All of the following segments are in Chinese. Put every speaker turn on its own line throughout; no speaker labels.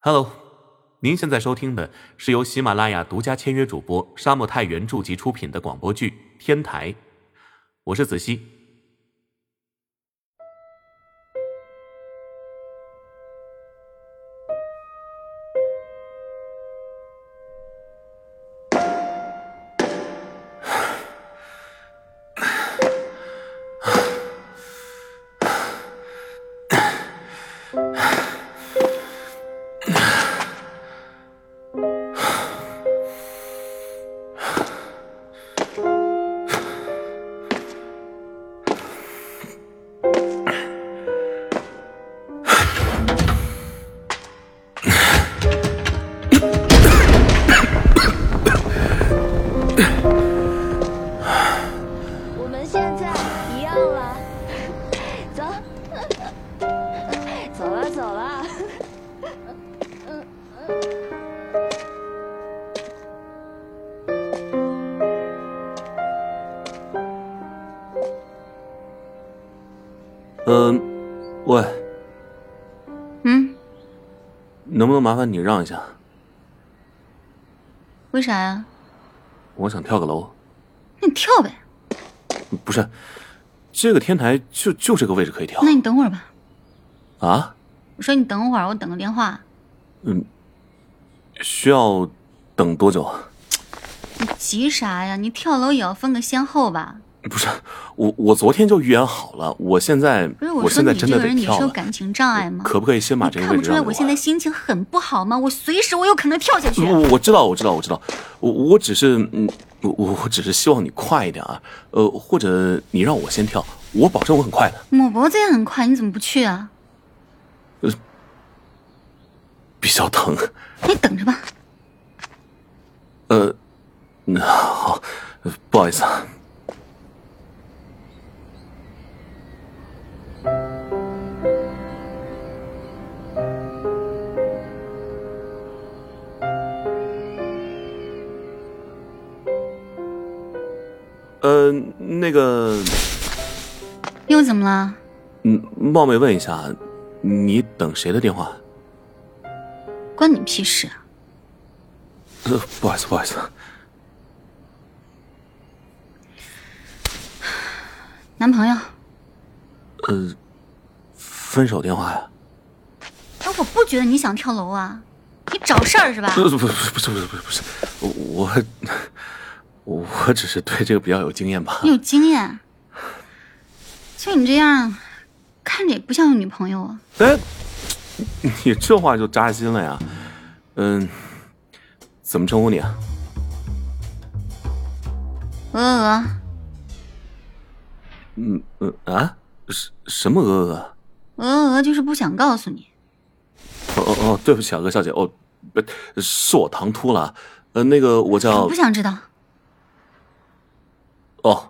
Hello，您现在收听的是由喜马拉雅独家签约主播沙漠太原著集出品的广播剧《天台》，我是子熙。
我们现在一样了， 走， 走了走了。
嗯、喂，
嗯，
能不能麻烦你让一下？
为啥呀？
我想跳个楼。
那你跳呗。
不是，这个天台就就这个位置可以跳
那你等会儿吧。
啊？
我说你等会儿，我等个电话。
嗯，需要等多久？
你急啥呀？你跳楼也要分个先后吧？
不是，我我昨天就预言好了，我现在
不是
我
说
现在
你
真
这
的得
个人，你
跳
是有
了，
感情障碍吗？
可不可以先把这
你
个
看
位
不
置
出来
让给啊
我现在心情很不好吗？我随时我有可能跳下去。啊
我我知道，我知道，我知道，我我只是，嗯，我我我只是希望你快一点啊，呃，或者你让我先跳，我保证我很快的。
抹脖子也很快，你怎么不去啊？
比较疼，
你哎等着吧。
呃，那好，呃不好意思啊，呃，那个，
又怎么了？
嗯，冒昧问一下，你等谁的电话？
关你屁事啊！
呃，不好意思，不好意思，
男朋友？
呃，分手电话呀？
哎，我不觉得你想跳楼啊！你找事儿是吧？
呃不是不是不是不是不是不是，我我我只是对这个比较有经验吧
你。有经验。就你这样，看着也不像有女朋友啊。
哎，你这话就扎心了呀。嗯，怎么称呼你啊？
鹅鹅。
嗯嗯啊，什什么鹅鹅啊？
鹅鹅嗯就是不想告诉你。
哦哦哦，对不起啊，鹅小姐，哦，不是我唐突了啊。呃，那个我
我
叫
不想知道。
哦。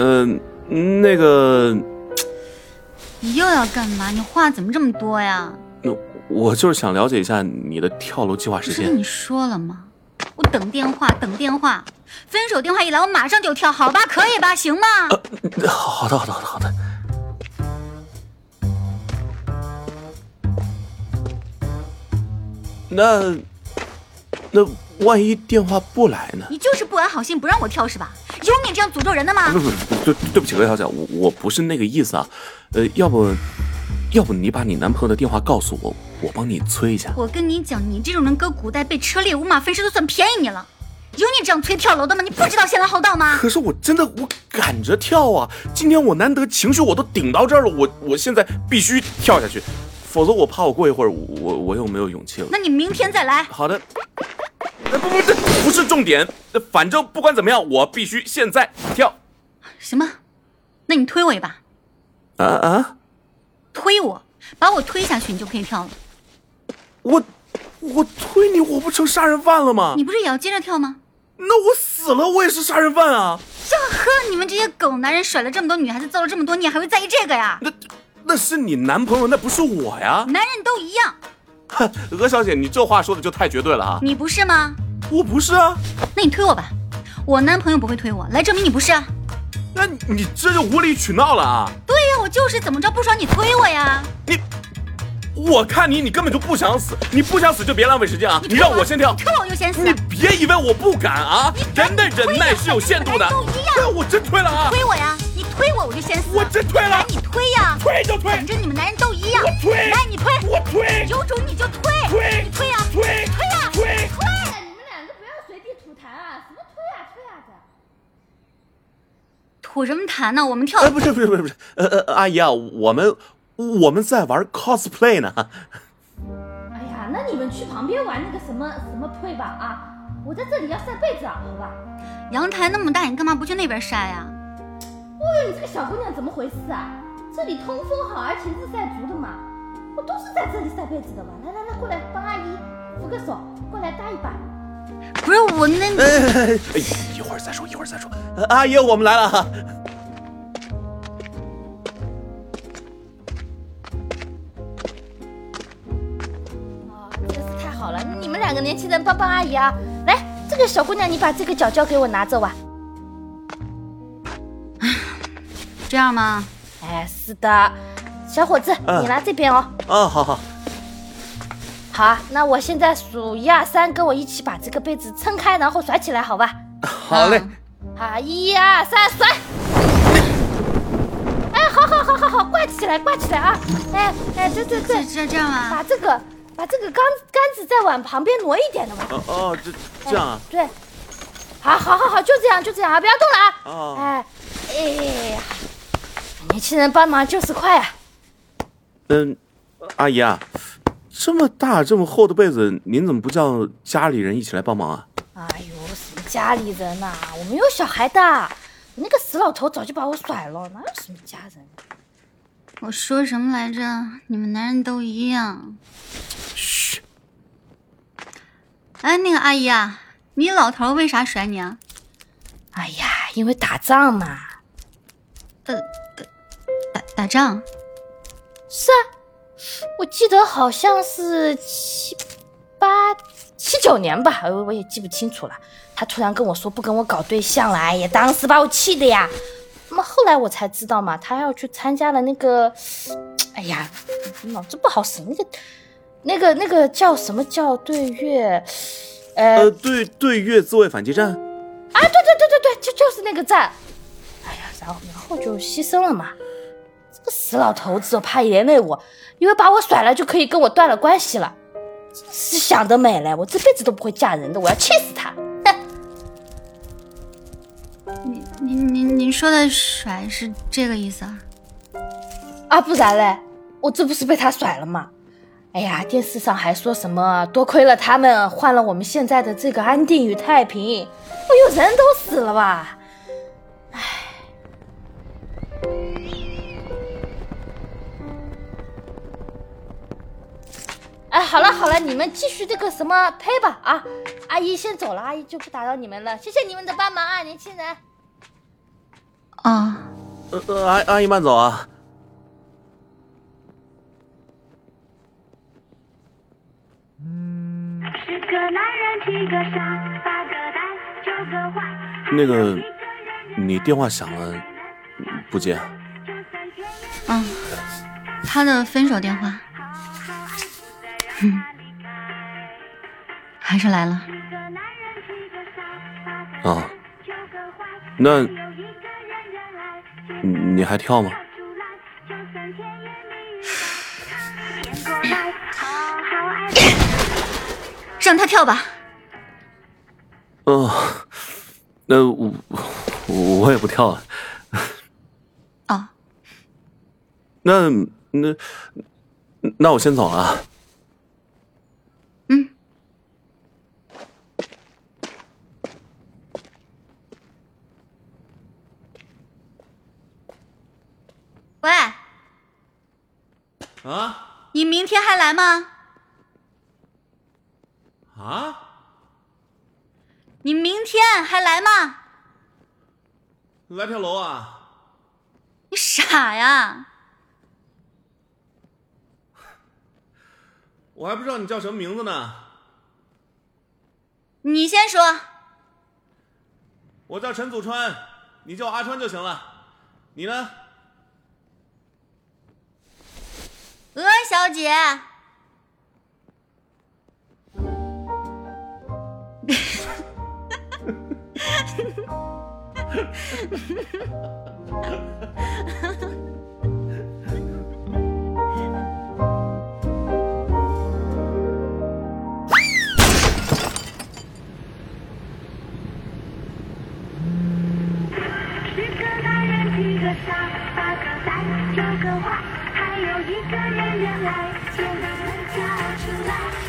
嗯、那个，
你又要干嘛？你话怎么这么多呀？
那我就是想了解一下你的跳楼计划
不
时
是跟
间。
你说了吗？我等电话，等电话。分手电话一来，我马上就跳，好吧？可以吧？行吗？
好好的，好的，好的，好的。那那万一电话不来呢？
你就是不安好心不让我跳是吧？有你这样诅咒人的吗？
不不不，对对不起，各位小姐，我我不是那个意思啊，呃，要不，要不你把你男朋友的电话告诉我，我帮你催一下。
我跟你讲，你这种人搁古代被车裂五马分尸都算便宜你了。有你这样催跳楼的吗？你不知道先来后到吗？
可是我真的我赶着跳啊！今天我难得情绪我都顶到这儿了，我我现在必须跳下去，否则我怕我过一会儿我我我又没有勇气了。
那你明天再来。
好的，呃、不不这不是重点，呃反正不管怎么样，我必须现在跳。
行吧？那你推我一把，
啊啊！
推我，把我推下去，你就可以跳了。
我我推你，我不成杀人犯了吗？
你不是也要接着跳吗？
那我死了，我也是杀人犯啊！
呵，你们这些狗男人甩了这么多女孩子，揍了这么多，你还会在意这个呀？
那那是你男朋友，那不是我呀！
男人都一样，
鹅小姐，你这话说的就太绝对了啊！
你不是吗？
我不是啊，
那你推我吧，我男朋友不会推我，来证明你不是啊。
那你你这就无理取闹了啊！
对呀，我就是怎么着不爽你推我呀？
你，我看你你根本就不想死，你不想死就别浪费时间啊！你
推
让
我
我先跳
你，推我优先死，
你别以为我不敢啊！人的忍耐是有限度的
你推我你推我，
对，我真推了啊！
推我呀，你推我我就先死，
我真推了
来，你推呀，
推就推
反，正你们男人都一样，
我推
来你推，
我推，
有种你就推，
推
你推呀，
推
你推呀，
推
推。
你们两个不要随地吐痰啊！什么推啊推啊的。
吐什么痰呢？我们跳
呃，不是不是不是不是，呃呃，阿姨啊，我们我们在玩 cosplay 呢。
哎呀，那你们去旁边玩那个什么什么推吧啊！我在这里要晒被子啊，好吧？
阳台那么大，你干嘛不去那边晒呀？
哎呦，你这个小姑娘怎么回事啊？这里通风好，而且日晒足的嘛。我都是在这里晒被子的嘛。来来来，过来帮阿姨扶个手，过来搭一把。
不是我那
哎哎 哎哎，一会儿再说，一会儿再说。呃阿姨，我们来了。哈。
哦，真是太好了！你们两个年轻人帮帮阿姨啊！来，这个小姑娘，你把这个脚胶给我拿走吧。
这样吗？
哎，是的，小伙子，
嗯
你拿这边哦。
啊，好好，
好啊，那我现在数一二三，跟我一起把这个被子撑开，然后甩起来，好吧？
好嘞。
嗯
好，一二三，甩！哎，好好好好好，挂起来，挂起来啊！哎哎，对对对
这，这这样吗？
把这个把这个杆杆子再往旁边挪一点的嘛。
哦哦，这这样啊，
对，好，好，好，好，就这样，就这样啊，不要动了啊！
哦
哎，哎呀，年轻人帮忙就是快啊！
嗯，阿姨啊，这么大这么厚的被子，您怎么不叫家里人一起来帮忙啊？
哎呦，什么家里人呐、我没有小孩的，那个死老头早就把我甩了，哪有什么家人？
我说什么来着？你们男人都一样。
嘘，
哎，那个阿姨啊，你老头为啥甩你啊？
哎呀，因为打仗嘛。
打打仗？
是啊，我记得好像是七八七九年吧，我我也记不清楚了。他突然跟我说不跟我搞对象了，哎呀，当时把我气的呀。那么后来我才知道嘛，他要去参加了那个，哎呀，脑子不好使，那个那个那个叫什么叫对越，呃
呃，对对越自卫反击战，
啊，对对对对对，就就是那个站。哎呀，然后然后就牺牲了嘛。这个死老头子怕连累我，因为把我甩了就可以跟我断了关系了。真是想得美嘞！我这辈子都不会嫁人的，我要气死他！哼，
你你你你说的甩是这个意思啊？
啊，不然嘞，我这不是被他甩了吗？哎呀，电视上还说什么多亏了他们换了我们现在的这个安定与太平。哎呦，人都死了吧？哎，好了好了，你们继续这个什么呸吧啊！阿姨先走了，阿姨就不打扰你们了，谢谢你们的帮忙啊，年轻人。
哦，
呃呃，阿阿姨慢走啊。
十个男人，七个傻，八个呆，九个坏。
那个，你电话响了，不接啊？
嗯，他的分手电话。哼， 还是来了。
啊那你你还跳吗？
让他跳吧。
嗯、那我我我也不跳啊了。
哦，
那那那我先走了啊。
嗯。喂，
啊
你明天还来吗？
啊！
你明天还来吗？
来跳楼啊！
你傻呀！
我还不知道你叫什么名字呢。
你先说，
我叫陈祖川，你叫我阿川就行了。你呢？
鹅小姐。
十个大人，七个傻，八个呆，九个坏，还有一个人原来，现在能跳出来。